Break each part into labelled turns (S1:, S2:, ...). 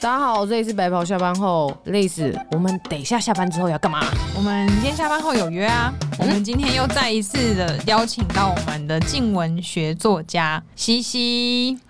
S1: 大家好，这里是白袍下班后，累死。我们等一下下班之后要干嘛？
S2: 我们今天下班后有约啊，我们今天又再一次的邀请到我们的静文学作家西西，
S1: 耶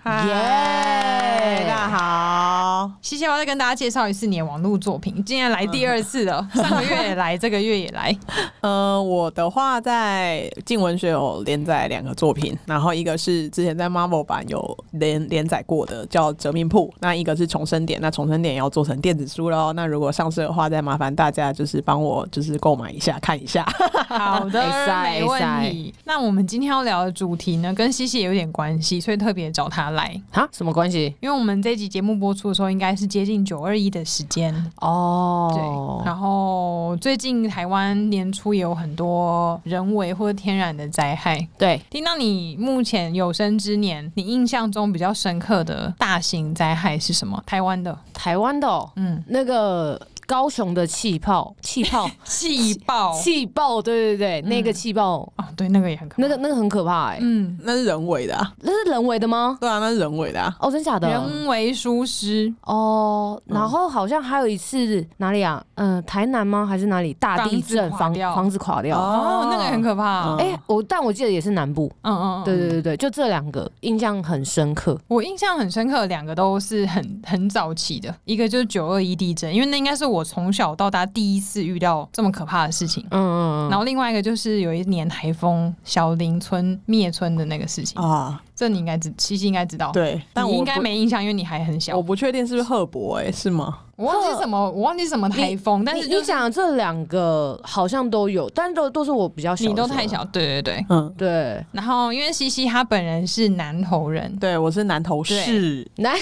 S3: 大家好，
S2: 西西要不要再跟大家介绍一次你的网络作品，今天来第二次了，上个月也来，这个月也来，
S3: 呃，我的话在静文学有连载两个作品，然后一个是之前在 Marvel 版有连连载过的，叫《折命铺》，那一个是《重生点》，那《重生点》也要做成电子书喽。那如果上市的话，再麻烦大家就是帮我就是购买一下看 一下。
S2: 好的
S1: 可以塞，
S2: 没
S1: 可
S2: 问
S1: 以
S2: 题。那我们今天要聊的主题呢，跟西西有点关系，所以特别找他来。
S1: 哈，什么关系？
S2: 因为我们这集节目播出的时候，应该是接近九二一的时间，
S1: 哦
S2: 对，，然后最近台湾年初也有很多人为或天然的灾害。
S1: 对，
S2: 听到你目前有生之年，你印象中比较深刻的大型灾害是什么？台湾的，
S1: 台湾的、哦、
S2: 嗯，
S1: 那个高雄的气泡， 气泡，
S2: 气爆
S1: 气爆，对对对，那个气爆，
S2: 哦，对，那个也很可怕。
S1: 那个那个很可怕哎、
S2: 嗯，
S3: 那是人为的、啊，
S1: 那是人为的吗？
S3: 对啊，那是人为的、啊。
S1: 哦，真假的？
S2: 人为疏失，
S1: 哦，然后好像还有一次哪里啊？嗯、台南吗？还是哪里大地震，
S2: 房子垮
S1: 房
S2: 掉
S1: 房子垮掉？哎、
S2: 哦，那个也很可怕。
S3: 嗯
S1: 我但我记得也是南部。
S2: 嗯嗯，嗯
S1: 对对对对，就这两个印象很深刻。
S2: 我印象很深刻，两个都是很很早期的，一个就是九二一地震，因为那应该是我从小到大第一次遇到这么可怕的事情。
S1: 嗯嗯嗯，
S2: 然后另外一个就是有一年台风小林村灭村的那个事情，
S3: 啊，
S2: 这你应该知，西西应该知道。，
S3: 对，但
S2: 但你
S3: 我
S2: 应该
S3: 不
S2: 没印象，因为你还很小
S3: 我。不确定是不是赫伯、欸，哎，是吗？
S2: 我忘记什么，我忘记什么台风，但是
S1: 你
S2: 就
S1: 你
S2: 是
S1: 讲的这两个好像都有，但都都是我比较小，
S2: 你都太。小，对对对。
S3: 嗯，
S1: 对，
S2: 然后因为西西她本人是南投人，
S3: 对，我是南投市，
S1: 来，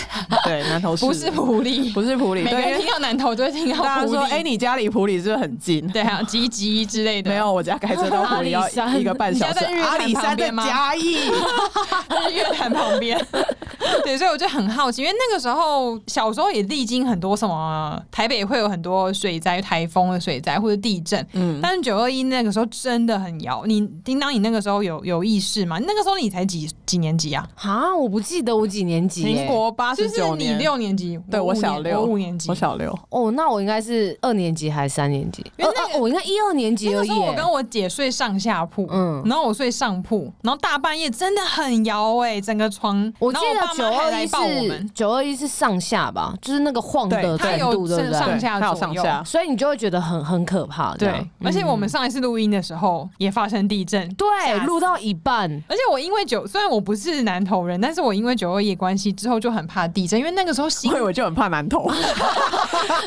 S3: 对，南投市，
S2: 不是普里，
S3: 不是普里，
S2: 每个
S3: 对，因
S2: 人
S3: 为
S2: 听到南投就会听到
S3: 大家
S2: 普
S3: 说，
S2: 里，
S3: 哎、你家离普里是不是很近？
S2: 对啊，吉吉之类的，
S3: 没有，我家开车到普里要
S1: 阿里山
S3: 一个半小时。
S2: 你家在日月潭
S3: 阿里山
S2: 旁
S3: 在
S2: 边吗
S3: 嘉义，
S2: 日月潭旁边。 对，所以我就很好奇，因为那个时候小时候也历经很多什么，台北会有很多水灾、台风的水灾或者地震。
S3: 嗯，
S2: 但是九二一那个时候真的很摇，你叮当，你那个时候有有意识吗？那个时候你才几几年级啊？
S1: 啊，我不记得我几年级、
S3: 民
S1: 欸。
S3: 国八
S2: 就
S3: 十
S2: 是
S3: 啊九
S2: 你
S3: 年，
S2: 六年级，
S3: 对
S2: 我
S3: 我
S2: 五
S3: 小
S2: 年
S3: 六
S2: 我五年级
S3: 我。小六，
S1: 哦，那我应该是二年级还是三年级？
S2: 因
S1: 二
S2: 为那个
S1: 二，我应该一二年级
S2: 那
S1: 而
S2: 个
S1: 已
S2: 时
S1: 欸、
S2: 候我跟我姐睡上下铺，
S1: 嗯
S2: 然后我睡上铺，然后大半夜真的很摇哎、整个床。
S1: 我
S2: 然
S1: 记
S2: 后我
S1: 得
S2: 爸
S1: 九
S2: 妈还
S1: 二
S2: 来
S1: 一
S2: 抱我们
S1: 是，九二一是上下吧，就是那个晃的
S3: 对
S2: 它
S1: 程
S2: 有
S1: 度，对不
S2: 上
S1: 对？
S2: 上下
S3: 对它有
S2: 左
S3: 上
S2: 右
S3: 下，
S1: 所以你就会觉得很很可怕，这
S2: 对
S1: 样，
S2: 而且我们
S1: 嗯
S2: 上一次录音的时候也发生地震。
S1: 对
S2: 吓死
S1: 录到一 半，
S2: 而且我因为九，虽然我不是南投人，但是我因为九二一关系之后就很怕地震，因为那个时候新，
S3: 我以
S2: 因为
S3: 为就很怕南投，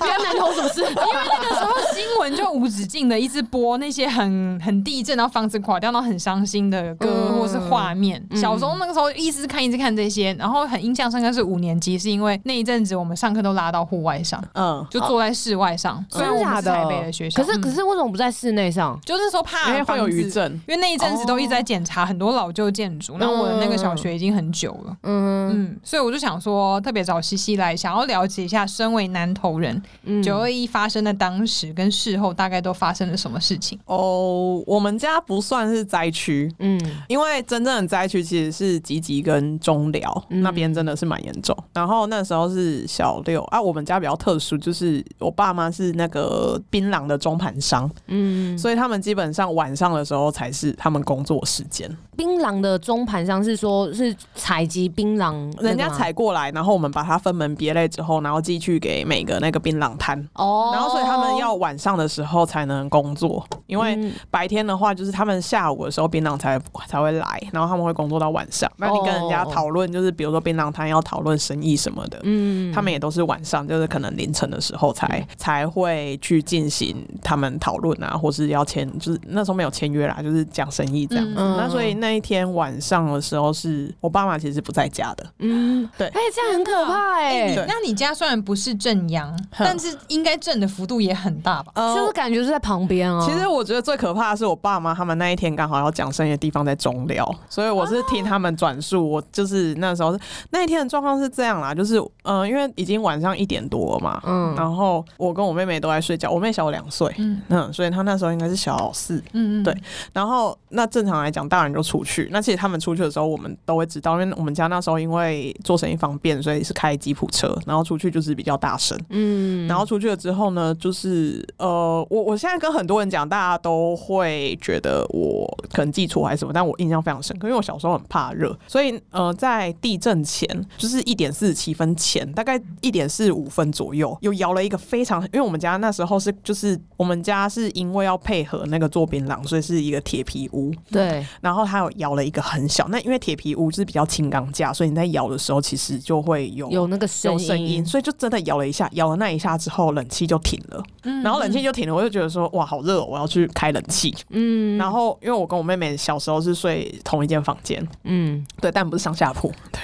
S1: 跟南投什么事？
S2: 那个时候新闻就无止境的一直播那些很很地震，然后房子垮掉，然后很伤心的歌
S1: 嗯
S2: 或是画面。小时候那个时候一直看一直看这些，然后很印象深刻是五年级，是因为那一阵子我们上课都拉到户外上，
S3: 嗯，
S2: 就坐在室外上，虽然我们
S1: 假
S2: 是
S1: 哦的
S2: 台北的学校，
S1: 可是
S2: 嗯
S1: 可是为什么不在室内上？
S2: 就那时候怕
S3: 因为会有
S2: 房子
S3: 余震，
S2: 因为那一阵子都一
S3: 哦
S2: 直在检查很多老旧建筑，然后我的那个小学已经很久了，
S1: 嗯
S2: 嗯，所以我就想说特别找西西来，想要了解一下身为南投人
S1: 嗯
S2: 九二一发生的当时跟事后大概都发生了什么事情。
S3: 哦，我们家不算是灾区。
S1: 嗯
S3: 因为真正的灾区其实是吉吉跟中寮、
S1: 嗯
S3: 那边真的是蛮严重。然后那时候是小六啊，我们家比较特殊，就是我爸妈是那个槟榔的中盘商，
S1: 嗯，
S3: 所以他们基本上晚上的时候才是他们工作时间。
S1: 槟榔的中盘商是说是采集槟榔那个啊吗，
S3: 人家采过来，然后我们把它分门别类之后，然后寄去给每个那个槟榔摊。
S1: 哦，
S3: 然后，所以他们要晚上的时候才能工作，因为
S1: 嗯
S3: 白天的话，就是他们下午的时候槟榔才才会来，然后他们会工作到晚上。那你跟人家讨论，就是比如说槟榔摊要讨论生意什么的，
S1: 嗯
S3: 他们也都是晚上，就是可能凌晨的时候才才会去进行他们讨论啊，或是要签，就是那时候没有签约啦，就是讲生意这样子。
S1: 嗯
S3: 那所以那一天晚上的时候是，我爸妈其实不在家的，
S1: 嗯
S3: 对
S1: 哎，这样很可怕哎
S2: 你，
S3: 对
S2: 那你家虽然不是正阳，
S3: 哼
S2: 但是应该震的幅度也很大吧？
S3: 呃
S1: 就是感觉是在旁边啊。
S3: 其实我觉得最可怕的是我爸妈他们那一天刚好要讲生意的地方在中寮，所以我是听他们转述，我就是那时候是那一天的状况是这样啦，就是嗯、呃因为已经晚上一点多了嘛，
S1: 嗯
S3: 然后我跟我妹妹都在睡觉，我妹小我两岁，
S2: 嗯
S3: 嗯，所以她那时候应该是小四，
S2: 嗯嗯，
S3: 对然后那正常来讲大人就出去，那其实他们出去的时候候，我们都会知道，因为我们家那时候因为做生意方便，所以是开吉普车，然后出去就是比较大声。
S1: 嗯，
S3: 然后出去了之后呢，就是呃，我我现在跟很多人讲，大家都会觉得我可能记错还是什么，但我印象非常深刻，因为我小时候很怕热，所以呃，在地震前，就是一点四十七分前，大概一点四五分左右，有摇了一个非常，因为我们家那时候是就是我们家是因为要配合那个做槟榔，所以是一个铁皮屋，
S1: 对，
S3: 然后它有摇了一个很小，那因为铁皮屋是比较轻钢架，所以你在摇的时候其实就会有
S1: 有那个声
S3: 有声音，所以就真的摇了一下，摇了那一下之后，冷气就停了，
S2: 嗯
S3: 然后冷气就停了，我就觉得说哇，好热哦、我要去开冷气。
S1: 嗯
S3: 然后因为我跟我妹妹小时候是睡同一间房间，
S1: 嗯，
S3: 对，但不是上下铺， 对。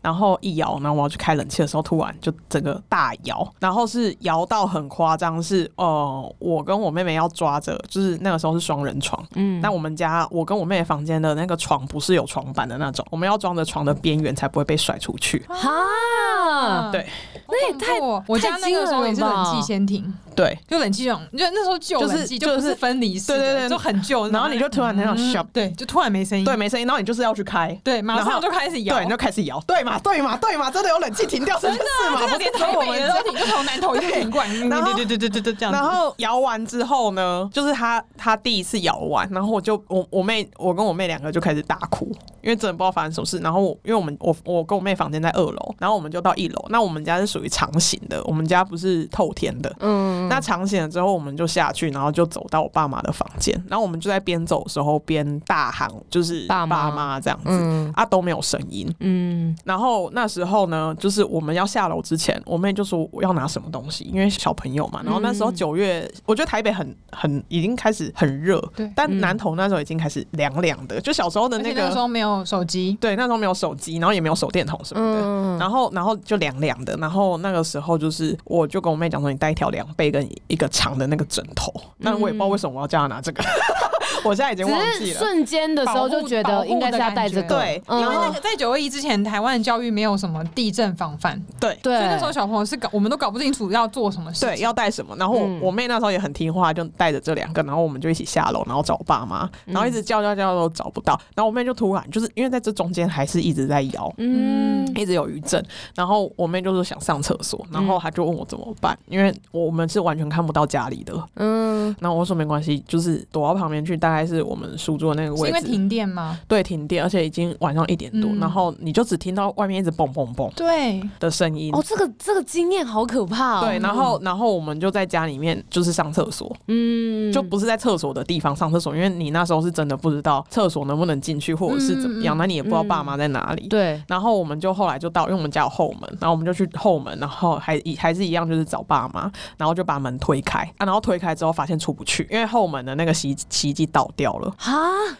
S3: 然后一摇，然后我要去开冷气的时候，突然就整个大摇，然后是摇到很夸张，是呃，我跟我妹妹要抓着，就是那个时候是双人床，嗯，但我们家我跟我妹妹房间的那个床不是有床板的那种，我们要装着床的边缘才不会被甩出去，
S1: 哈，
S3: 对
S2: 那也太嗯我家那个时候也是冷气先停，
S3: 对，
S2: 就冷气这种，就那时候旧
S3: 就是
S2: 冷气
S3: 就
S2: 就不
S3: 是
S2: 是分离式的，
S3: 对对对
S2: 就很旧，
S3: 然后你就突然很想 shop
S2: 嗯对，就突然没声音，
S3: 对，没声音，然后你就是要去开，
S2: 嗯对，马
S3: 然后
S2: 上就开始摇，
S3: 对，你就开始摇，对嘛，对嘛，对嘛，真的有冷气 停掉，真的是嘛，不
S2: 那
S3: 是
S2: 连
S3: 只有
S2: 台
S3: 我
S2: 北啊
S3: 们
S2: 的
S3: 家
S2: 都停，就从南头一路停 过来，嗯
S3: 然后
S2: 对对对对对对，这样子。
S3: 然后摇完之后呢，就是他他第一次摇完，然后我就我我妹我跟我妹两个就开始大哭，因为真的不知道发生什么事。然后我因为我们我我跟我妹房间在二楼，然后我们就到一楼。那我们家是属于长形的，我们家不是透天的。
S1: 嗯，
S3: 那长形了之后，我们就下去，然后就走到我爸妈的房间，然后我们就在边走的时候边大喊，就是
S1: 爸妈
S3: 妈这样子，
S1: 嗯
S3: 啊都没有声音。
S1: 嗯
S3: 然后那时候呢，就是我们要下楼之前，我妹就说我要拿什么东西，因为小朋友嘛。然后那
S2: 嗯
S3: 时候九月，我觉得台北很很已经开始很热，
S2: 对嗯
S3: 但南投那时候已经开始凉凉的，就小时候的
S2: 而且
S3: 那
S2: 那
S3: 个
S2: 个时候没有手机，
S3: 对，那时候没有手机，然后也没有手电筒什么的。
S1: 嗯，
S3: 然后，然后就凉凉的，然后那个时候就是，我就跟我妹讲说，你带一条凉被跟一个长的那个枕头，但我也
S2: 嗯
S3: 不知道为什么我要叫她拿这个， 我现在已经忘
S1: 只
S3: 记
S1: 是
S3: 了。
S1: 瞬间的时候就觉得应该是要带这个，
S3: 保护的感觉
S1: 嗯
S2: 因为那个在九二一之前，台湾的教育没有什么地震防范，
S3: 对，
S1: 对，
S2: 所以那时候小朋友是搞，我们都搞不清楚要做什么事
S3: 对，
S2: 情。
S3: 要带什么？然后我、
S1: 嗯
S3: 我妹那时候也很听话，就带着这两个，然后我们就一起下楼，然后找我爸妈，
S2: 嗯
S3: 然后一直叫叫叫都找不到，然后我妹就突然就是因为在这中间还是一直在摇。
S1: 嗯
S3: 一直有余震，然后我妹就说想上厕所，然
S2: 嗯
S3: 后她就问我怎么办，因为我们是完全看不到家里的。
S1: 嗯
S3: 然后我说没关系，就是躲到旁边去，大概是我们书桌那个
S2: 是
S3: 位
S2: 因为
S3: 置。
S2: 停电吗？
S3: 对，停电，而且已经晚上一点多，
S2: 嗯
S3: 然后你就只听到外面一直蹦蹦蹦
S2: 对，
S3: 的声音。
S1: 哦，这个这个经验好可怕哦，
S3: 对，然后然后我们就在家里面就是上厕所，
S1: 嗯，
S3: 就不是在厕所的地方上厕所，因为你那时候是真的不知道厕所能不能进去，或者是怎么样，
S2: 嗯嗯
S3: 那你也不知道
S1: 嗯
S3: 爸妈在哪里。
S1: 对，
S3: 然后我们就后来就到，因为我们家有后门，然后我们就去后门，然后还一还是一样就是找爸妈，然后就把门推开啊，然后推开之后发现出不去，因为后门的那个洗洗衣机倒掉了，
S1: 哈，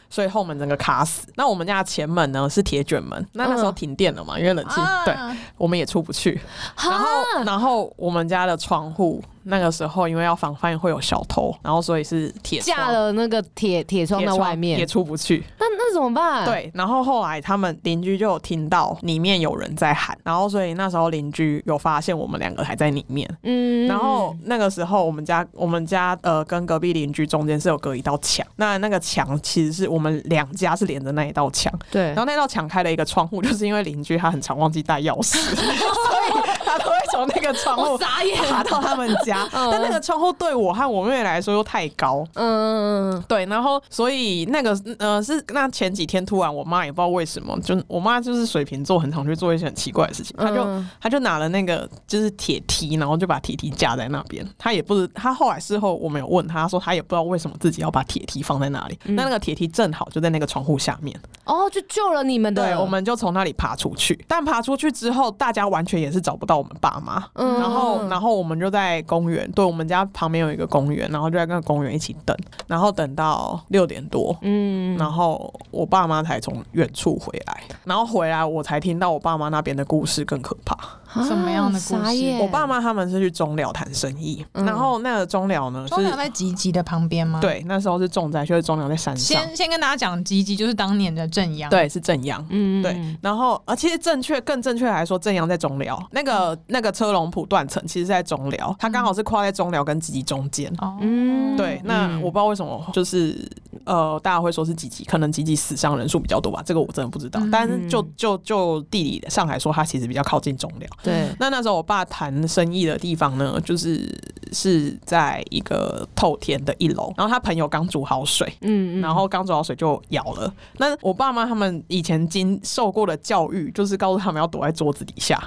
S3: 所以后门整个卡死。那我们家的前门呢是铁卷门，那那时候
S1: 嗯
S3: 停电了嘛，因为冷气，对
S2: 啊
S3: 我们也出不去。然后
S1: 哈，
S3: 然后我们家的窗户那个时候因为要防范会有小偷，然后所以是铁窗
S1: 架了那个铁铁窗
S3: 也
S1: 在
S3: 出
S1: 外面嗯
S3: 也，出不去。
S1: 那那怎么办？，
S3: 对，然后后来他们邻居就有听到里面有人在喊，然后所以那时候邻居有发现我们两个还在里面。
S1: 嗯
S3: 然后那个时候我们家我们家呃跟隔壁邻居中间是有隔一道墙，那那个墙其实是我们两家是连着那一道墙，
S1: 对
S3: 然，后那道墙开了一个窗户，就是因为邻居他很常忘记带钥匙， 所以他都会从那个窗户
S1: 我哦傻眼，
S3: 爬 到他们家。
S1: 嗯
S3: 但那个窗户对我和我妹来说又太高，
S1: 嗯，
S3: 对，然后所以那个呃是那前几天突然我妈也不知道为什么，就我妈就是水瓶座，很常去做一些很奇怪的事情，她就、
S1: 嗯
S3: 她就拿了那个就是铁梯，然后就把铁梯架在那边，她也不知她后来事后我们有问她她说她也不知道为什么自己要把铁梯放在那里，
S1: 嗯
S3: 那那个铁梯正好就在那个窗户下面，
S1: 哦，就救了你们的，
S3: 对，
S2: 嗯
S3: 我们就从那里爬出去，但爬出去之后，大家完全也是找不到我们爸妈。
S1: 嗯，
S3: 然后，然后我们就在公园，对我们家旁边有一个公园，然后就在跟公园一起等，然后等到六点多，
S1: 嗯，
S3: 然后我爸妈才从远处回来，然后回来我才听到我爸妈那边的故事更可怕。
S1: 啊
S2: 什么样的故事
S1: 傻眼
S3: 我爸妈他们是去中寮谈生意，
S1: 嗯
S3: 然后那个中寮呢
S2: 中寮
S3: 是。
S2: 在吉吉的旁边吗？。
S3: 对，那时候是重灾区，就是中寮在山上，
S2: 先先跟大家讲，吉吉就是当年的正阳。，
S3: 对，是正阳，
S1: 嗯，
S3: 对，然后呃，其实正确更正确来说，正阳在中寮，那
S1: 嗯
S3: 个那个车龙埔断层其实在中寮，它刚好是跨在中寮跟集集中间。
S2: 哦，
S1: 嗯，
S3: 对，那我不知道为什么，就是呃，大家会说是几级，可能几级死伤人数比较多吧，这个我真的不知道。
S2: 嗯
S3: 但是就就就地理上来说，它其实比较靠近中寮。
S1: 对，
S3: 那那时候我爸谈生意的地方呢，就是是在一个透天的一楼，然后他朋友刚煮好水，
S1: 嗯嗯，
S3: 然后刚煮好水就咬了。那我爸妈他们以前经受过的教育，就是告诉他们要躲在桌子底下。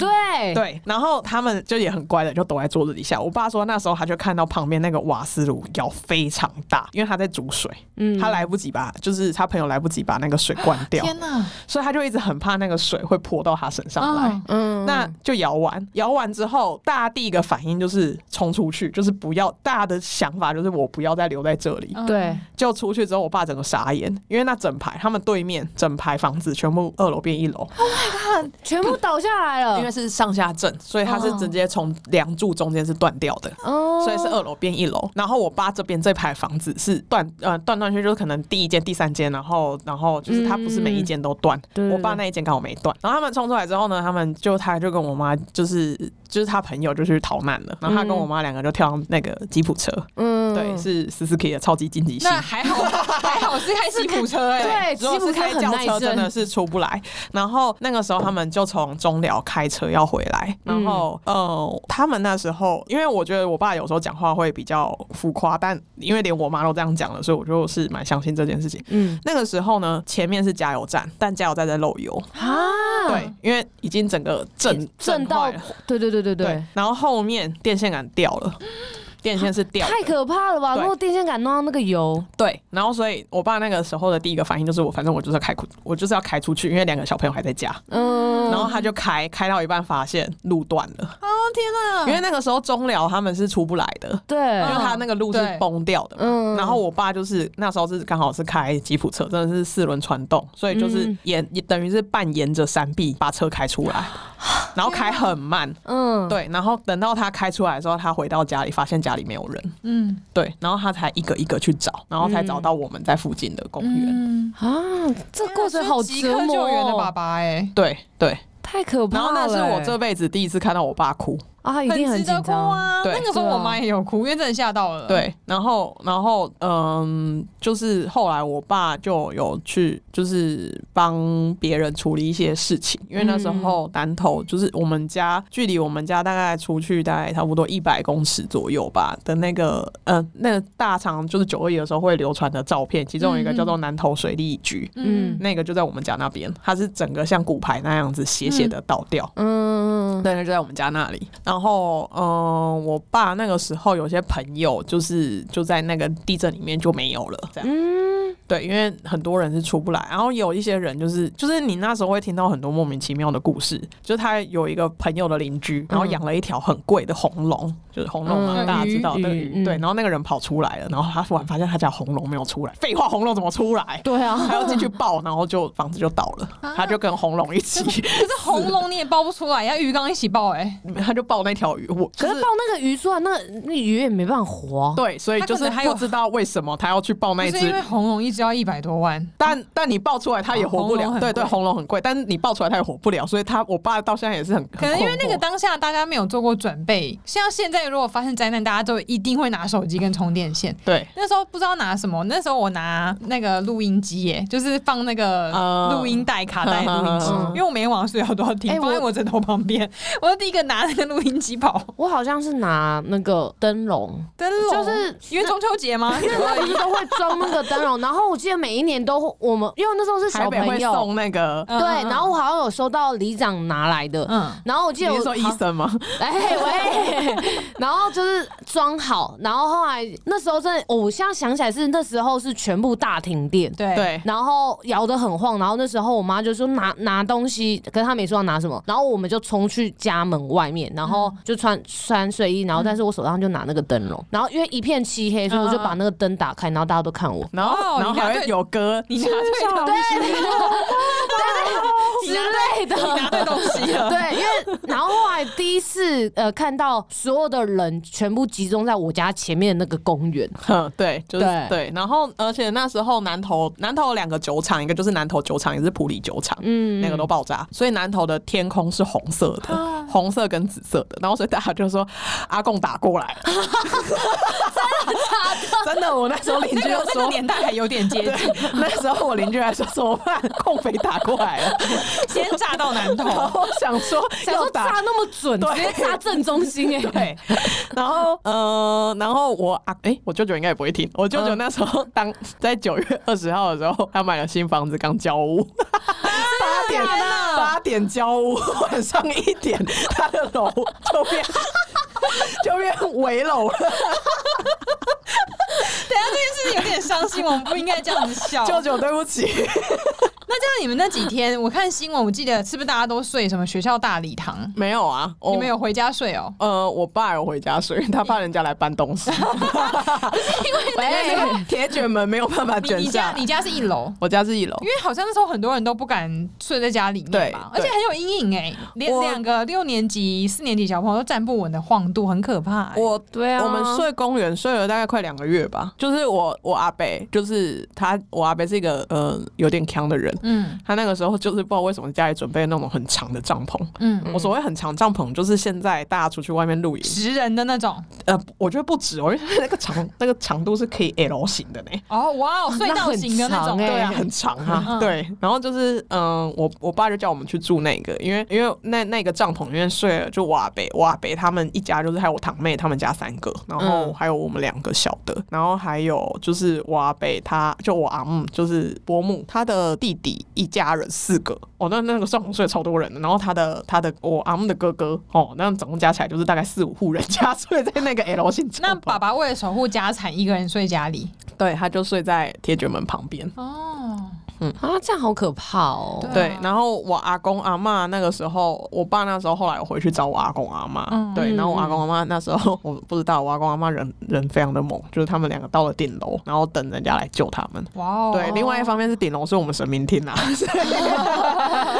S1: 对，
S3: 对，然后他们就也很乖的，就躲在桌子底下。我爸说那时候他就看到旁边那个瓦斯炉咬非常大，因为他在煮水，
S1: 嗯
S3: 他来不及把，就是他朋友来不及把那个水灌掉，
S2: 天哪，
S3: 所以他就一直很怕那个水会泼到他身上来。
S2: 嗯
S1: 嗯，
S3: 那就摇完，摇完之后，大家第一个反应就是冲出去，就是不要。大家的想法就是我不要再留在这里。
S2: 嗯
S1: 对，
S3: 就出去之后，我爸整个傻眼，因为那整排他们对面整排房子全部二楼变 一楼，
S1: 全部倒下来
S3: 嗯因为
S1: 了，
S3: 是上下震，所以它是直接从梁柱中间是断掉的。
S1: 哦，
S3: 所以是二楼变一楼，然后我爸这边这排房子是断呃断断续续，就是可能第一间、第三间，然后然后就是他不是每一间都断，
S1: 对对
S3: 我爸那一间刚好没断。然后他们冲出来之后呢，他们就他就跟我妈就是就是他朋友就去逃难了，然后他跟我妈两个就跳上那个吉普车，
S1: 嗯
S3: 对，是 Suzuki 的超级紧急系。
S2: 那还 好，还好是开吉普车哎、
S1: 对，吉
S3: 如果
S1: 普
S3: 是
S1: 车
S3: 开
S1: 很
S3: 轿
S1: 耐
S3: 车真的
S1: 震，
S3: 是出不来。然后那个时候他们就从中寮开车要回来，
S1: 嗯
S3: 然后、呃，他们那时候因为我觉得我爸有时候讲话会比较浮夸，但因为连我妈都这样讲了，所以我就是蛮相信这件事情。
S1: 嗯
S3: 那个时候呢，前面是加油站，但加油站在漏油，
S1: 啊，
S3: 对，因为已经整个震
S1: 震
S3: 坏
S1: 到
S3: 了，，
S1: 对对对对对，
S3: 然后后面电线杆掉了，电线是掉的，
S1: 太可怕了吧！
S3: 对
S1: 如果电线杆弄到那个油，
S3: 对，然后所以我爸那个时候的第一个反应就是我，反正我就是要开，我就是要开出去，因为两个小朋友还在家。
S1: 嗯，
S3: 然后他就开开到一半，发现路断了，
S2: 哦天哪，
S1: 嗯
S3: 因为那个时候中寮他们是出不来的，
S1: 对
S3: 因为
S2: 嗯
S3: 他那个路是
S2: 对
S3: 崩掉的嘛。
S1: 嗯
S3: 然后我爸就是那时候是刚好是开吉普车，真的是四轮传动，所以就是
S1: 嗯
S3: 沿、也等于是半沿着山壁把车开出 来，然后开很慢。
S1: 嗯，
S3: 对，然后等到他开出来的时候，他回到家里，发现家里没有人，
S2: 嗯
S3: 对，然后他才一个一个去找，然后才找到我们在附近的公园。
S2: 嗯，
S1: 啊，这过程好
S2: 即
S1: 折
S2: 刻
S1: 磨
S2: 救援的爸
S1: 哦，
S2: 爸哎、
S3: 对对，
S1: 太可怕
S3: 然
S1: 了
S3: 后
S1: 欸。
S3: 那是我这辈子第一次看到我爸哭，
S1: 啊，一定很
S2: 值得
S1: 紧
S2: 哭
S1: 张，
S2: 啊！
S3: 对
S2: 那个时候我妈也有哭，因为真的吓到了。，
S3: 对，然后然后嗯，就是后来我爸就有去，就是帮别人处理一些事情，因为那时候南头就是我们家距离我们家大概出去大概差不多一百公尺左右吧的那个呃那个大肠就是九二一的时候会流传的照片，其中有一个叫做南头水利局。
S1: 嗯
S3: 那个就在我们家那边，它是整个像骨牌那样子斜斜的倒掉，
S1: 嗯，
S3: 对，那就在我们家那里。然后，嗯，我爸那个时候有些朋友就是就在那个地震里面就没有了，这样。
S1: 嗯，
S3: 对，因为很多人是出不来，然后有一些人就是就是你那时候会听到很多莫名其妙的故事，就是他有一个朋友的邻居，然后养了一条很贵的红龙，就是红龙嘛，
S1: 嗯
S3: 大家知道
S1: 鱼
S3: 那个
S1: 鱼
S3: 鱼，对。
S1: 嗯
S3: 然后那个人跑出来了，然后他突然发现他家红龙没有出来，废话，红龙怎么出来？
S1: 对啊，
S3: 他要进去抱，然后就房子就倒了，
S2: 啊
S3: 他就跟红龙一起，
S2: 可是红龙你也抱不出来，要鱼缸一起抱哎、
S3: 他就抱那条鱼，我
S1: 可
S3: 就是是
S1: 抱那个鱼出来，那个那鱼也没办法活。啊
S3: 对，所以
S2: 他
S3: 就
S2: 可
S3: 是
S2: 能还有
S3: 不知道为什么他要去报那
S2: 欸，
S3: 一
S2: 不是因为
S3: 只，
S2: 红龙一只要一百多万，
S3: 但但你报出来他也活不
S2: 红龙
S3: 了。
S2: 很
S3: 对对，
S2: 贵
S3: 红龙很贵，但是你报出来他也活不了，所以他我爸到现在也是很
S2: 可能因为那个
S3: 当
S2: 当下大家没有做过准备，像现在如果发生灾难，大家都一定会拿手机跟充电线。
S3: 对
S2: 那时候不知道拿什么，那时候我拿那个录音机耶，就是放那个
S3: 啊
S2: 录音带、卡带录音机
S1: 嗯嗯嗯，
S2: 因为我每天晚上睡觉都要听
S1: 哎，我
S2: 放在我枕头旁边， 我就第一个拿那个录音机跑。
S1: 我好像是拿那个灯 笼，
S2: 灯笼
S1: 就是
S2: 因为中秋节 吗？
S1: 因为他不是都会装那个灯笼，然后我记得每一年都会我们，因为那时候是
S3: 台
S1: 小
S3: 北会
S1: 朋友，
S3: 送那嗯个，
S2: 呃
S1: 对，然后我好像有收到里长拿来的，
S2: 嗯，
S1: 然后我记
S3: 你
S1: 得我
S3: 是说医
S1: 好
S3: 生吗？
S1: 哎喂，然后就是装好，然后后来那时候真的，我现在想起来是那时候是全部大停电，
S2: 对
S3: 对，
S1: 然后摇得很晃，然后那时候我妈就说拿拿东西，可是她没说要拿什么，然后我们就冲去家门外面，然后就穿穿睡衣，然后但是我手上就拿那个灯笼，然后因为一片漆黑，所以我就把那个灯打开，然后大家都看我。
S3: 然后
S2: 哦
S3: 然后
S2: 你拿
S3: 还会
S2: 对
S3: 有歌，
S2: 你拿对东西，
S1: 之类的，
S2: 拿对东西了。
S1: 对，因为然后后来第一次呃看到所有的人全部集中在我家前面的那个公园，
S3: 哼， 对，就是
S1: 对
S3: 对。然后，而且那时候南投南投有两个酒厂，一个就是南投酒厂，也是普里酒厂，嗯，那个都爆炸，所以南投的天空是红色的，
S1: 啊
S3: 红色跟紫色的。然后所以大家就说阿 贡打过来，真的真的，我那时候邻
S2: 那
S3: 居
S2: 个那
S3: 就
S2: 个
S3: 说。
S2: 年代还有有点 接近，
S3: 那时候我邻居还说怎么办，共匪打过来 了，
S2: 先炸到南
S3: 然
S2: 头。
S3: 后想说
S1: 哦想
S3: 要
S1: 说
S3: 打
S1: 炸那么准，
S3: 对
S1: 直接炸正中心哎、
S2: 对，
S3: 然后呃，然后我啊，哎、我舅舅应该也不会听。我舅舅那时候当、在九月二十号的时候，他买了新房子，刚交屋， 八点八点交屋，晚上一点他的楼就变 就变围楼了。
S2: 等一下这件事情有点伤心，我们不应该这样子 笑。
S3: 舅舅，对不起，
S2: 那这样你们那几天，我看新闻，我记得是不是大家都睡什么学校大礼堂？
S3: 没有啊，我
S2: 你们有回家睡哦？
S3: 呃，我爸有回家睡，他怕人家来搬东 西， 哎
S1: 喂，
S3: 铁卷门没有办法
S2: 你
S3: 卷
S2: 你家
S3: 下。
S2: 你家是一 楼，
S3: 我家是一楼
S2: 因，为好像那时候很多人都不敢睡在家里面吧，
S3: 对
S2: 而
S3: 对
S2: 且很有阴影哎、连
S3: 我
S2: 两个六年级、四年级小朋友都站不稳的晃度，很可怕、欸。
S3: 我
S1: 对啊，
S3: 我们睡公园睡了大概快两个月吧，就是我我阿北，就是他，我阿北是一个呃有点强的人，
S2: 嗯
S3: 他那个时候就是不知道为什么家里准备那种很长的帐篷。
S2: 嗯，
S3: 我所谓很长帐篷，就是现在大家出去外面露营，
S2: 十人的那种。
S3: 呃，我觉得不止哦，因为那个长那个长度是可以 L 型的呢。
S2: 哦哇哦，隧道型的那
S1: 那
S2: 种，
S1: 很长欸
S2: 对
S3: 对
S2: 啊，
S3: 啊，很长啊，
S2: 嗯
S3: 对。然后就是，嗯、我我爸就叫我们去住那个，因为因为那那个帐篷里面睡了就瓦北瓦北他们一家，就是还有我堂妹他们家三个，然后
S1: 嗯
S3: 还有我们两个小的，然后还有就是瓦北他就我阿姆就是伯母他的弟弟一家人四个，哦，那那个帐篷睡了超多人的，然后他的他的我阿姆的哥哥哦，那总共加起来就是大概四五户人家 睡在那个 L 型帐
S2: 那
S3: 篷
S2: 爸爸为了守护家产，一个人睡家里。
S3: 对，他就睡在铁卷门旁边。
S2: 哦，
S1: 啊，这样好可怕哦。
S2: 对
S3: 对
S2: 啊，
S3: 然后我阿公阿嬷那个时候，我爸那时候后来有回去找我阿公阿嬷，
S2: 嗯
S3: 对，然后我阿公阿嬷那时候我不知道，我阿公阿嬷人 人非常的猛，就是他们两个到了顶楼，然后等人家来救他们。
S2: 哇哦，
S3: 对，另外一方面是顶楼是我们神明厅啊，所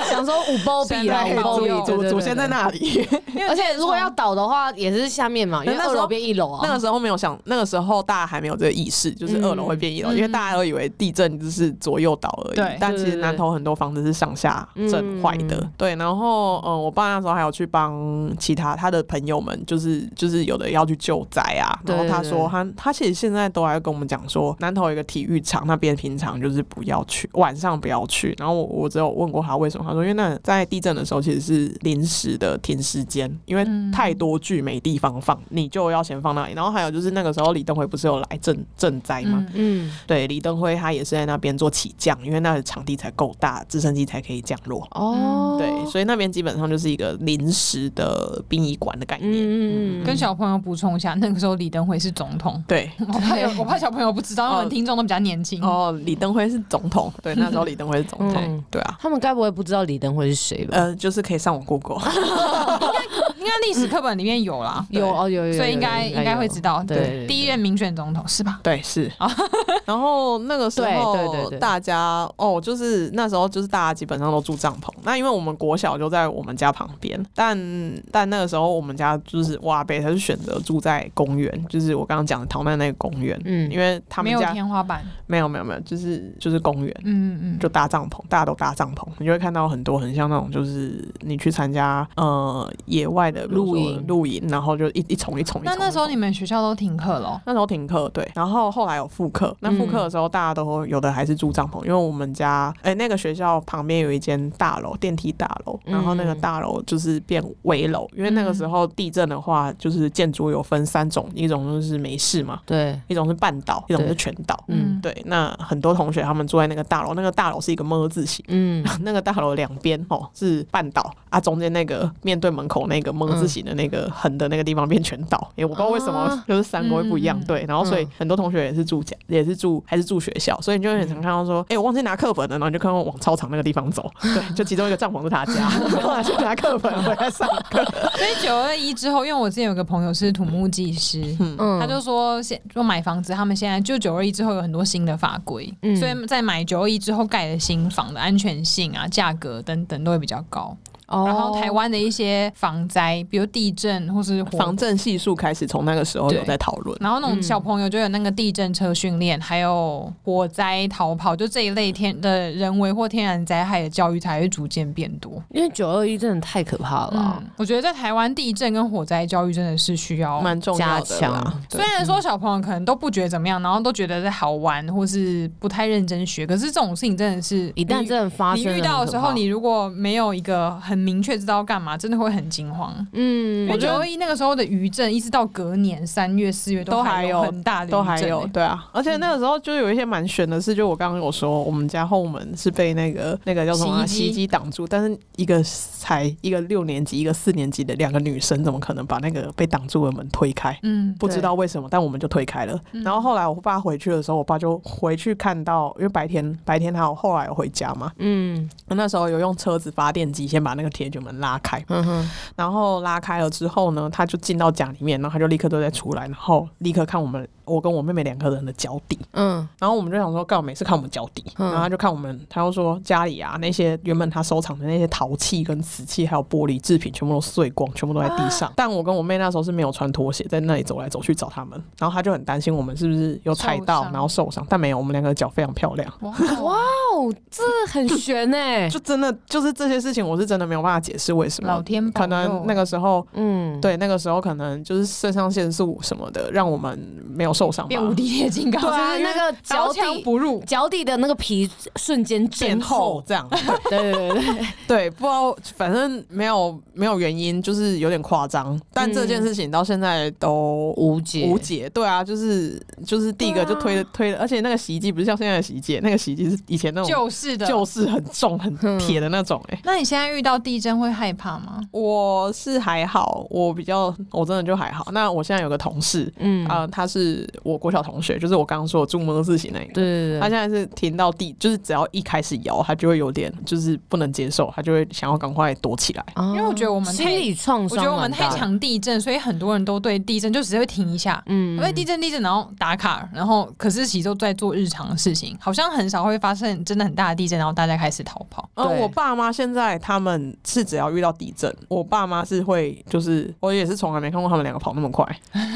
S1: 想说五包 比啦，
S2: 神
S1: 五
S2: 明
S1: 包
S2: 保
S1: 比
S2: 佑，
S1: 对
S3: 祖
S1: 对
S3: 祖
S1: 对
S3: 先在那里。
S1: 而且如果要倒的话，也是下面嘛，因为
S3: 那时
S1: 二
S3: 候
S1: 楼变一楼啊。
S3: 那个时候没有想，那个时候大家还没有这个意识，就是二楼会变一楼，
S2: 嗯
S3: 因为大家都以为地震就是左右倒而
S2: 对
S3: 已。但其
S1: 对
S3: 实
S1: 对
S3: 南头很多房子是上下震坏的。
S1: 嗯
S3: 对，然后嗯，我爸那时候还有去帮其他他的朋友们，就是就是有的要去救灾啊。然后
S1: 对对
S3: 他说
S1: 对
S3: 他他其实现在都还跟我们讲说，南头有一个体育场，那边平常就是不要去，晚上不要去。然后我我只有问过他为什么，他说因为那在地震的时候其实是临时的停时间，因为
S2: 嗯
S3: 太多剧没地方放，你就要先放那里。然后还有就是那个时候李登辉不是有来赈赈灾吗？
S2: 嗯
S1: 嗯，
S3: 对，李登辉他也是在那边做起降，因为那里场地才够大，直升机才可以降落。
S1: 哦，
S3: 对，所以那边基本上就是一个临时的殡仪馆的概念。
S1: 嗯，嗯嗯，
S2: 跟小朋友补充一下，那个时候李登辉是总统。
S3: 对，
S2: 我怕有，我怕小朋友不知道，因为我们
S3: 哦
S2: 听众都比较年轻。
S3: 哦，李登辉是总统，对，那时候李登辉是总统，
S1: 嗯
S3: 对啊，
S1: 他们该不会不知道李登辉是谁吧？
S3: 呃，就是可以上网 Google，
S2: 应该历史课本里面有 啦，
S1: 有哦，有有有，
S2: 所以应该
S1: 有
S2: 应该会知。道。
S1: 对对对嗯
S2: 第一任民选总统是吧？
S3: 对，是。
S2: 哦
S3: 然后那个时候，
S1: 对对对对
S3: 大家哦，就是那时候就是大家基本上都住帐篷。那因为我们国小就在我们家旁边，但但那个时候我们家就是哇北，他是选择住在公园，就是我刚刚讲的逃难那个公园。
S1: 嗯
S3: 因为他
S2: 没
S3: 们
S2: 有
S3: 家
S2: 天花板。
S3: 没有没有没有，就是就是公园。
S2: 嗯嗯
S3: 就搭帐篷，大家都搭帐篷，你就会看到很多很像那种，就是你去参加呃野外的比如说
S1: 露营
S3: 露营，然后就一一丛一丛一丛。
S2: 那那时候你们学校都停课了，
S3: 那时候停课，对，然后后来有复课。那复课
S1: 嗯
S3: 的时候，大家都有的还是住帐篷，因为我们家哎、那个学校旁边有一间大楼，电梯大楼，然后那个
S1: 嗯
S3: 大楼就是变危楼，因为那个时候地震的话，就是建筑有分三种，一种就是没事嘛，
S1: 对，
S3: 一种是半岛，一种是
S1: 对
S3: 全岛。
S1: 嗯
S3: 对，那很多同学他们住在那个大楼，那个大楼是一个么字形，
S1: 嗯，
S3: 那个大楼两边哦是半岛啊，中间那个面对门口那个么字形的那个横的那个地方变全岛，哎、我不知道为什么
S1: 啊
S3: 就是三国会不一
S2: 嗯
S3: 样，
S2: 嗯嗯
S3: 对，然后所以
S1: 嗯
S3: 很多同学也是住家，也是住还是住学校，所以你就会很常看到说，哎、我忘记拿课本了，然后你就看到往操场那个地方走，对，就其中一个帐篷是他家， 然后他去拿课本回来上课，
S2: 所以九二一之后，因为我之前有个朋友是土木技师，
S1: 嗯
S2: 他就说现说买房子，他们现在就九二一之后有很多新的法规，
S1: 嗯
S2: 所以在买九二一之后盖的新房的安全性啊、价格等等都会比较高。
S1: 哦
S2: 然后台湾的一些防灾，比如地震或是火
S3: 防震系数开始从那个时候有在讨论。
S2: 然后那种小朋友就有那个地震车训练，还有火灾逃跑，就这一类天的人为或天然灾害的教育才会逐渐变多。
S1: 因为九二一真的太可怕了啊、
S2: 嗯，我觉得在台湾地震跟火灾教育真的是需要。
S3: 蛮嗯重
S1: 加
S3: 要的啦
S1: 强，
S3: 对
S2: 虽然说小朋友可能都不觉得怎么样，然后都觉得在好玩或是不太认真学，可是这种事情真的是
S1: 一旦真的发
S2: 你
S1: 生了
S2: 遇到的时
S1: 很可
S2: 候，
S1: 怕
S2: 你如果没有一个很明确知道干嘛，真的会很惊慌。
S1: 嗯，
S2: 我九二一那个时候的余震，一直到隔年三月、四月
S3: 都
S2: 还
S3: 还有
S2: 很大的余震
S3: 都还有
S2: 欸
S3: 对啊，而且那个时候就有一些蛮悬的事，就我刚刚有说，我们家后门是被那个那个叫什么
S1: 洗衣
S3: 啊
S1: 机
S3: 洗衣机挡住，但是一个才一个六年级一个四年级的两个女生，怎么可能把那个被挡住的门推开？
S2: 嗯，
S3: 不知道为什么，但我们就推开了。然后后来我爸回去的时候，我爸就回去看到，因为白天白天他有后来有回家嘛，
S1: 嗯
S3: 那时候有用车子发电机先把那个铁卷门拉开，
S1: 嗯哼，
S3: 然后拉开了之后呢，他就进到家里面，然后他就立刻都在出来，然后立刻看我们我跟我妹妹两个人的脚底，
S1: 嗯
S3: 然后我们就想说，干嘛每次看我们脚底，
S1: 嗯
S3: 然后他就看我们，他就说家里啊那些原本他收藏的那些陶器跟瓷器还有玻璃制品全部都碎光，全部都在地上。但我跟我妹那时候是没有穿拖鞋，在那里走来走去找他们，然后他就很担心我们是不是有踩
S2: 受
S3: 到
S2: 伤
S3: 然后受伤，但没有，我们两个脚非常漂亮。
S2: 哇
S1: 哦，这很悬哎、
S3: 就真的就是这些事情，我是真的没有办法解释为什
S2: 老
S3: 么。
S2: 天保
S3: 可
S2: 佑
S3: 能那个时候，
S1: 嗯，
S3: 对那个时候可能就是肾上腺素什么的，让我们没有受伤吧。
S2: 变无敌铁金刚，
S1: 对啊
S2: 就是
S1: 那个
S2: 刀
S1: 脚底
S2: 枪不入，
S1: 脚底的那个皮瞬间
S3: 变
S1: 震
S3: 厚，这 样，
S1: 对对对对，
S3: 对，不知道，反正没有没有原因，就是有点夸张。但这
S2: 嗯
S3: 件事情到现在都
S1: 无解
S3: 无解，对啊，就是就是第一个就
S2: 啊
S3: 推了、推了，而且那个洗衣机不是像现在的洗衣机，那个洗衣机是以前那种
S2: 就是的。嗯
S3: 就是很重很铁的那种、欸，哎、
S2: 那你现在遇到地震会害怕吗？
S3: 我是还好，我比较我真的就还好。那我现在有个同事，
S1: 嗯
S3: 啊、他是我国小同学，就是我刚刚说我住梦事情那一个。
S1: 对对对
S3: 他
S1: 对，
S3: 现在是听到地，就是只要一开始摇，他就会有点就是不能接受，他就会想要赶快躲起来。
S1: 因
S2: 因为我觉得我们
S1: 啊心
S2: 太
S1: 理创
S2: 我
S1: 伤，
S2: 觉得我们太，强地震，所以很多人都对地震就只会停一下。因
S1: 嗯
S2: 为地震地震，然后打卡，然后可是其实都在做日常的事情，好像很少会发生真的很大的地震，然后大家开始逃跑。
S3: 嗯，
S1: 对
S3: 我爸妈现在他们是只要遇到地震，我爸妈是会就是我也是从来没看过他们两个跑那么快。他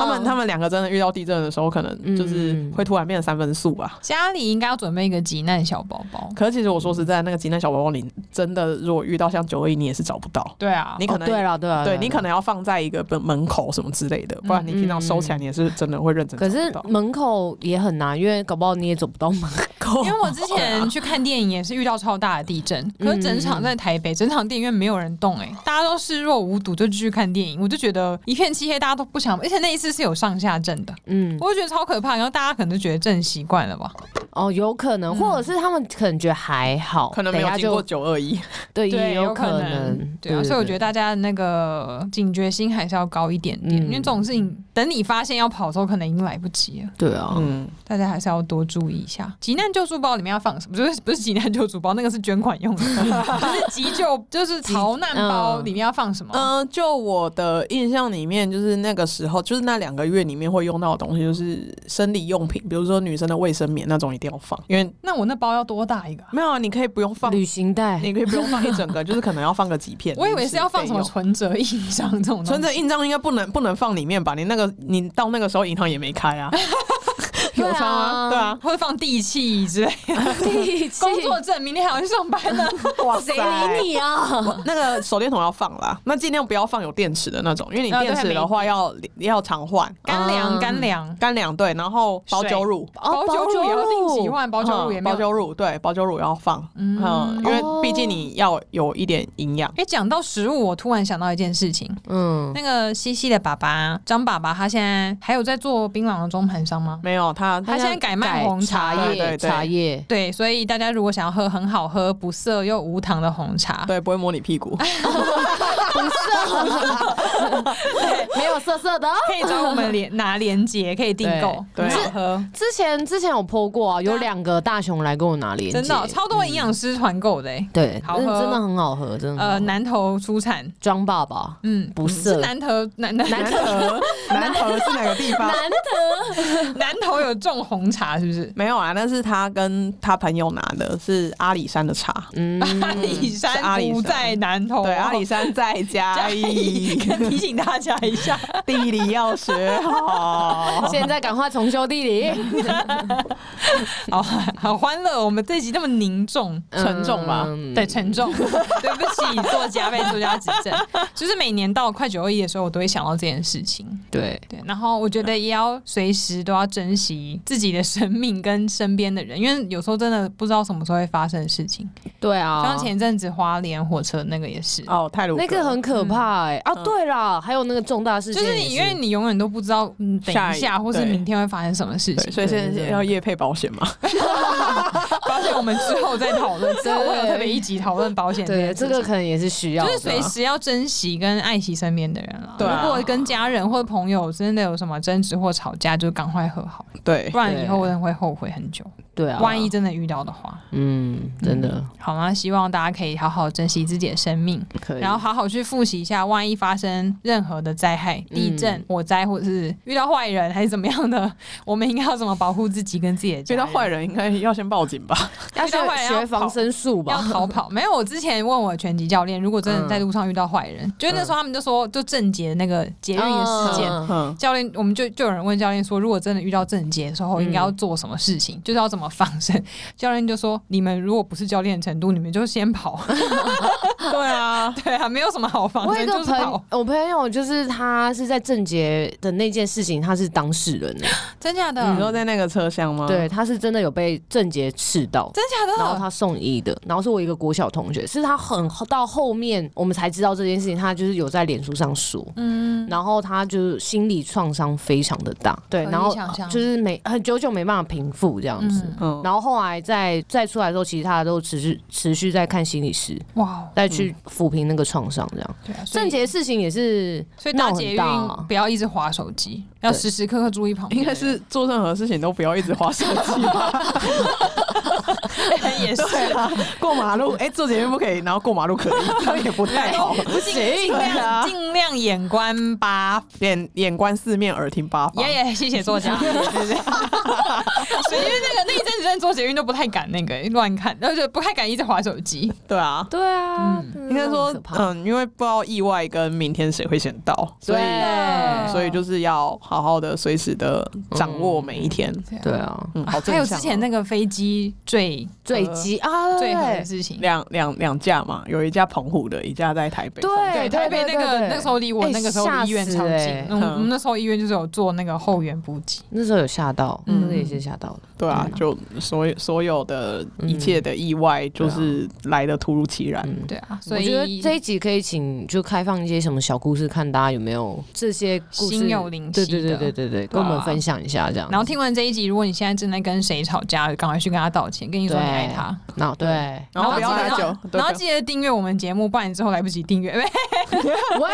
S1: 他
S3: 们他们两个真的遇到地震的时候，可能就是
S1: 嗯
S3: 会突然变三分速吧。
S2: 家里应该要准备一个急难小包包。
S3: 可是其实我说实在，那个急难小宝宝里真的，如果遇到像九二一，你也是找不到，
S2: 对啊，
S3: 你可能、
S1: 哦、对了对了，
S3: 对
S1: 啦
S3: 你可能要放在一个门门口什么之类的，不然你
S1: 嗯
S3: 平常收起来，你也是真的会认真找
S1: 可
S3: 不
S1: 是
S3: 到。
S1: 门口也很难，因为搞不好你也走不到门口。
S2: 因为我之前去看电影也是遇到超大的地震，可是整场在台北，整场电影院没有人动、欸，大家都视若无睹，就继续看电影。我就觉得一片漆黑，大家都不想，而且那一次是有上下震的，
S1: 嗯，
S2: 我就觉得超可怕。然后大家可能就觉得震习惯了吧，
S1: 哦，有可
S2: 嗯
S1: 能，或者是他们可能觉得还好，
S3: 可能
S1: 嗯
S3: 没
S1: 等一
S3: 有
S1: 下
S3: 经过
S1: 就
S3: 九二一，
S1: 对，
S2: 对，
S1: 也
S2: 有
S1: 可
S2: 能，对啊。
S1: 对
S2: 所以我觉得大家的那个警觉心还是要高一点点，
S1: 嗯
S2: 因为这种事情等你发现要跑的时候，可能已经来不及了。
S1: 对啊，
S3: 嗯，
S2: 大家还是要多注意一下。急难救助包里面要放什么？不是不是急难救助包，那个是捐款用的， 就是急救，就是逃难包
S1: 嗯
S2: 里面要放什么？
S3: 嗯、就我的印象里面，就是那个时候，就是那两个月里面会用到的东西，就是生理用品，比如说女生的卫生棉那种一定要放，因为
S2: 那我那包要多大一个啊？
S3: 没有啊，你可以不用放，
S1: 旅行袋，
S3: 你可以不用放一整个，就是可能要放个几片。
S2: 我以为是要放什么
S3: 临时备
S2: 存折、印章这种东
S3: 用。
S2: 西
S3: 存折、印章应该不能不能放里面吧？你那个你到那个时候银行也没开啊， 有差吗？对
S1: 对
S3: 啊，
S2: 或者放地契之类。 工
S1: 工
S2: 作证，明天还要去上班呢。
S3: 哇
S1: 谁理你啊？
S3: 那个手电筒要放啦，那尽量不要放有电池的那种，因为你
S2: 啊对
S3: 电池的话要要常换。
S2: 干粮，
S1: 嗯
S2: 干粮。
S3: 干粮对，然后保
S2: 水
S3: 酒乳，
S1: 哦
S2: 保酒乳也要定期换，保酒乳也
S3: 嗯
S2: 没
S3: 保
S2: 有。
S3: 酒乳对，保酒乳要放，嗯，因
S2: 嗯，
S3: 为
S1: 哦
S3: 毕竟你要有一点营养。
S2: 哎，讲到食物，我突然想到一件事情，
S1: 嗯，
S2: 那个西西的爸爸张爸爸，他现在还有在做槟榔的中盘商吗？
S3: 没有他，
S2: 他现在改卖
S1: 改
S2: 红茶
S1: 茶
S3: 对对
S1: 叶，
S3: 对
S1: 茶叶，
S2: 对，所以大家如果想要喝很好喝、不涩又无糖的红茶，
S3: 对不会摸你屁股，
S1: 没有涩涩的哦。
S2: 可以找我们连拿连接，可以订购，
S3: 对
S2: 很
S3: 对
S2: 好喝，
S1: 之前之前有剖过啊，有
S2: 对啊
S1: 两个大熊来跟我拿连接，
S2: 真的
S3: 嗯
S2: 哦超多营养师团购的欸。
S1: 对，
S2: 好
S1: 真
S2: 喝
S1: 的真的很好喝，真的很好
S2: 呃，
S1: 喝。
S2: 南投出产，
S1: 庄爸爸
S2: 嗯，
S1: 不
S2: 是
S1: 涩
S2: 南投南南
S3: 南河，南河是哪个地方？
S1: 难得
S2: 南头有种红茶是不是？
S3: 没有啊，那是他跟他朋友拿的，是阿里山的茶。
S1: 嗯，
S2: 阿里
S3: 是阿
S2: 山
S3: 里山
S2: 不在南头，
S3: 对，阿里山在嘉
S2: 嘉义
S3: 义，
S2: 提醒大家一下，
S3: 地理要学哦好。
S1: 现在赶快重修地理，
S2: 好 好欢乐。我们这集那么凝重、
S1: 嗯
S2: 沉重吧？对，沉重。对不起，作家被作家指正。就是每年到快九二一的时候，我都会想到这件事情。
S1: 对，
S2: 对，然后我觉得也要随时都要珍惜自己的生命跟身边的人，因为有时候真的不知道什么时候会发生的事情。
S1: 对啊，
S2: 像前阵子花莲火车那个也是，
S3: 哦，泰鲁格
S1: 那个很可怕哎、啊！对啦，还有那个重大事
S2: 嗯就
S1: 件
S2: 是
S1: 也，
S2: 你因为你永远都不知道，嗯，等
S3: 下
S2: 一
S3: 一
S2: 下或是
S3: 对
S2: 明天会发生什么事
S3: 对，
S2: 情，
S3: 所以现
S1: 对
S3: 在
S1: 对
S3: 要业配保险嘛？
S2: 而且我们之后再讨论。之后我有特别一集讨论保险这件
S1: 对
S2: 事
S1: 这
S2: 情，
S1: 个可能也是需要
S2: 就
S1: 的，啊
S2: 是随时要珍惜跟爱惜身边的人了。
S3: 对啊
S2: 如果跟家人或朋友真的有什么争执或吵架，就赶快和好，
S3: 对
S2: 不，然
S1: 对
S2: 以后真的会后悔很久。
S1: 对啊，
S2: 万一真的遇到的话，
S1: 嗯，真的
S2: 好吗？希望大家可以好好珍惜自己的生命，
S1: 可以，
S2: 然后好好去复习一下，万一发生任何的灾害、
S1: 嗯
S2: 地震、火灾，或者是遇到坏人还是怎么样的，我们应该要怎么保护自己跟自己的家
S3: 遇
S2: 人
S3: 到坏人应该要先报警吧？
S1: 要
S2: 遇到坏
S1: 学
S2: 人
S1: 学
S2: 要
S1: 防
S2: 跑
S1: 身术
S2: 要
S1: 吧，
S2: 逃跑。没有，我之前问我拳击教练，如果真的
S1: 嗯
S2: 在路上遇到坏人，就是那时候他们就说，就郑捷那个捷运的事件。
S1: 嗯
S3: 嗯，
S2: 教练，我们就就有人问教练说，如果真的遇到郑捷的时
S1: 嗯
S2: 候，应该要做什么事情，就是要怎么防身。 教练就说，你们如果不是教练的程度，你们就先跑。
S3: 对啊，
S2: 对啊，没有什么好防
S1: 我有一
S2: 身，
S1: 个
S2: 就是
S1: 朋
S2: 跑。，
S1: 我朋友就是他是在郑杰的那件事情，他是当事人欸、
S2: 真假的？
S3: 你说在那个车厢
S2: 嗯
S3: 吗？
S1: 对，他是真的有被郑杰刺到，
S2: 真假的？
S1: 然后他送医的，然后是我一个国小同学，是他很到后面我们才知道这件事情，他就是有在脸书上说，
S2: 嗯，
S1: 然后他就是心理创伤非常的大，对，
S2: 可以
S1: 然后
S2: 想象
S1: 就是没很久久没办法平复这样子。
S2: 嗯
S3: 嗯，
S1: 然后后来再再出来的时候，其实他都持续持续在看心理师，
S2: 哇，哦
S1: 再去抚平那个创伤，这样。
S2: 对啊，嗯所
S1: 郑
S2: 以
S1: 杰的事情也是
S2: 所以
S1: 闹
S2: 搭
S1: 很
S2: 捷
S1: 大
S2: 运
S1: 啊
S2: 不要一直划手机，要时时刻刻注意旁边
S3: 应
S2: 的
S3: 该
S2: 人。
S3: 是做任何事情都不要一直划手机吧？
S2: 也是
S3: 对啊，过马路，哎，做节目不可以，然后过马路可以，这样也不太好。
S2: 不行，尽
S3: 对
S2: 量
S3: 啊
S2: 尽量眼观八
S3: 眼眼观四面，耳听八方。
S2: 耶耶，谢谢作家。对对 对，所以因为那个那一阵子在做捷运都不太敢那个乱看，然后就不太敢一直划手机。
S3: 对啊，
S1: 对啊，
S3: 应该说
S1: 真的很可，怕
S3: 嗯，因为不知道意外跟明天谁会先到，所以
S1: 对
S3: 所以就是要好好的随时的掌握每一天。
S1: 对啊，
S3: 嗯，好正向哦，
S2: 还有之前那个飞机坠
S1: 坠机啊，
S2: 坠毁
S1: 对
S2: 的事情，
S3: 两两两架嘛，有一架澎湖的，一架在台北。
S1: 对
S2: 台北那
S1: 对
S2: 个
S1: 对对
S2: 那时候离我
S1: 哎
S2: 那个时候
S1: 吓
S2: 离医院
S1: 死
S2: 超近
S1: 欸，
S2: 嗯
S3: 嗯
S2: 我们那时候医院就是有做那个后援补给。
S1: 那时候有吓到，
S3: 嗯
S1: 那个也是吓到的。
S3: 对啊
S1: 天，哪
S3: 就所有所有的一切的意外，就是来的突如其然。
S1: 嗯，
S2: 对啊，所
S1: 我
S2: 以
S1: 觉得这一集可以请就开放一些什么小故事，看大家有没有这些故事
S2: 心有灵犀
S1: 对对
S2: 的
S1: 对对对对，跟我们分享一下这样。
S2: 然后听完这一集，如果你现在正在跟谁吵架，赶快去跟他道歉，跟你说你爱他。
S1: 然后对，
S3: 然后不要
S2: 记得
S3: 打酒，对
S2: 然后记得订阅我们节目，不然你之后来不及订阅。
S1: 喂，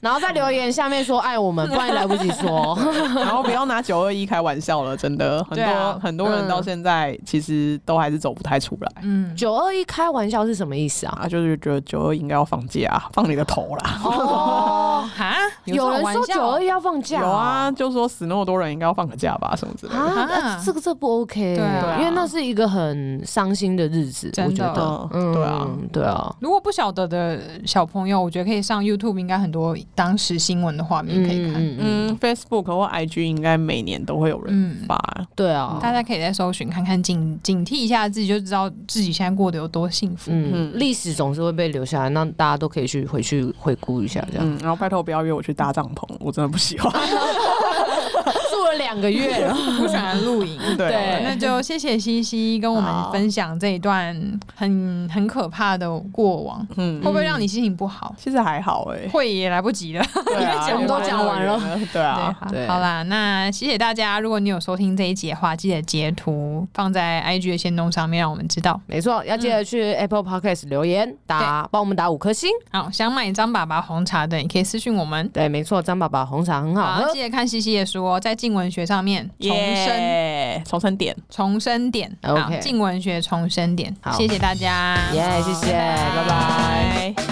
S1: 然后在留言下面说爱我们，不然来不及说。
S3: 然后不要拿九二一开玩笑了，真的很
S2: 对啊
S3: 多很多人到现在其实都还是走不太出来
S2: 嗯，
S1: 九二一开玩笑是什么意思 啊？
S3: 啊，就是觉得九二应该要放假，放你的头啦。
S1: 哦，
S2: 哈，
S1: 有人说九二
S2: 一，
S1: 一要放假
S3: 有
S1: 哦，
S3: 啊，就说死那么多人，应该要放个假吧，什么之类的。
S1: 啊，
S2: 啊
S1: 呃这个这不 OK，
S2: 对啊
S1: 因为那是一个很伤心的日子，
S2: 真
S1: 我
S2: 的
S1: 觉得，
S3: 嗯，对啊，，
S1: 对啊，
S2: 如果不晓得的小朋友，我觉得可以上 YouTube，应该很多当时新闻的画面可以看。
S1: 嗯嗯，
S3: 嗯，Facebook 或 IG 应该每年都会有人
S2: 嗯，
S3: 发。
S1: 对啊，
S2: 大家可以再搜寻看看，警警惕一下自己，就知道自己现在过得有多幸福。
S1: 嗯，历史总是会被留下来，那大家都可以去回去回顾一下，这样
S3: 嗯，然后拜托不要约我去搭帐篷，我真的不喜欢。
S1: 住了两个月了，
S2: 不喜欢露营。
S3: 对啊，
S1: 对
S2: 那就谢谢西西跟我们分享这一段很很可怕的过往，
S3: 嗯
S2: 会，不会让你心情不好？
S3: 其实还好哎、
S2: 会也来不及了。
S3: 对啊，
S1: 因为讲都讲完了，
S3: 对啊，
S2: 对，
S1: 对
S2: 好好啦，那谢谢大家。如果你有收听这一集的话，记得截图放在 IG 的线动上面，让我们知道。
S1: 没错，要记得去 Apple Podcast 留言打，帮我们打五颗星。
S2: 好，想买张爸爸红茶的，你可以私讯我们。
S1: 对，没错，张爸爸红茶很好
S2: 好，
S1: 喝
S2: 记。得看西西的书哦，在静文学上面重生
S3: 耶重生点，
S2: 重生点，好，
S1: OK
S2: 静文学重生点
S1: 好，
S2: 谢谢大家，
S1: 耶谢谢
S2: 拜
S1: 拜拜
S2: 拜。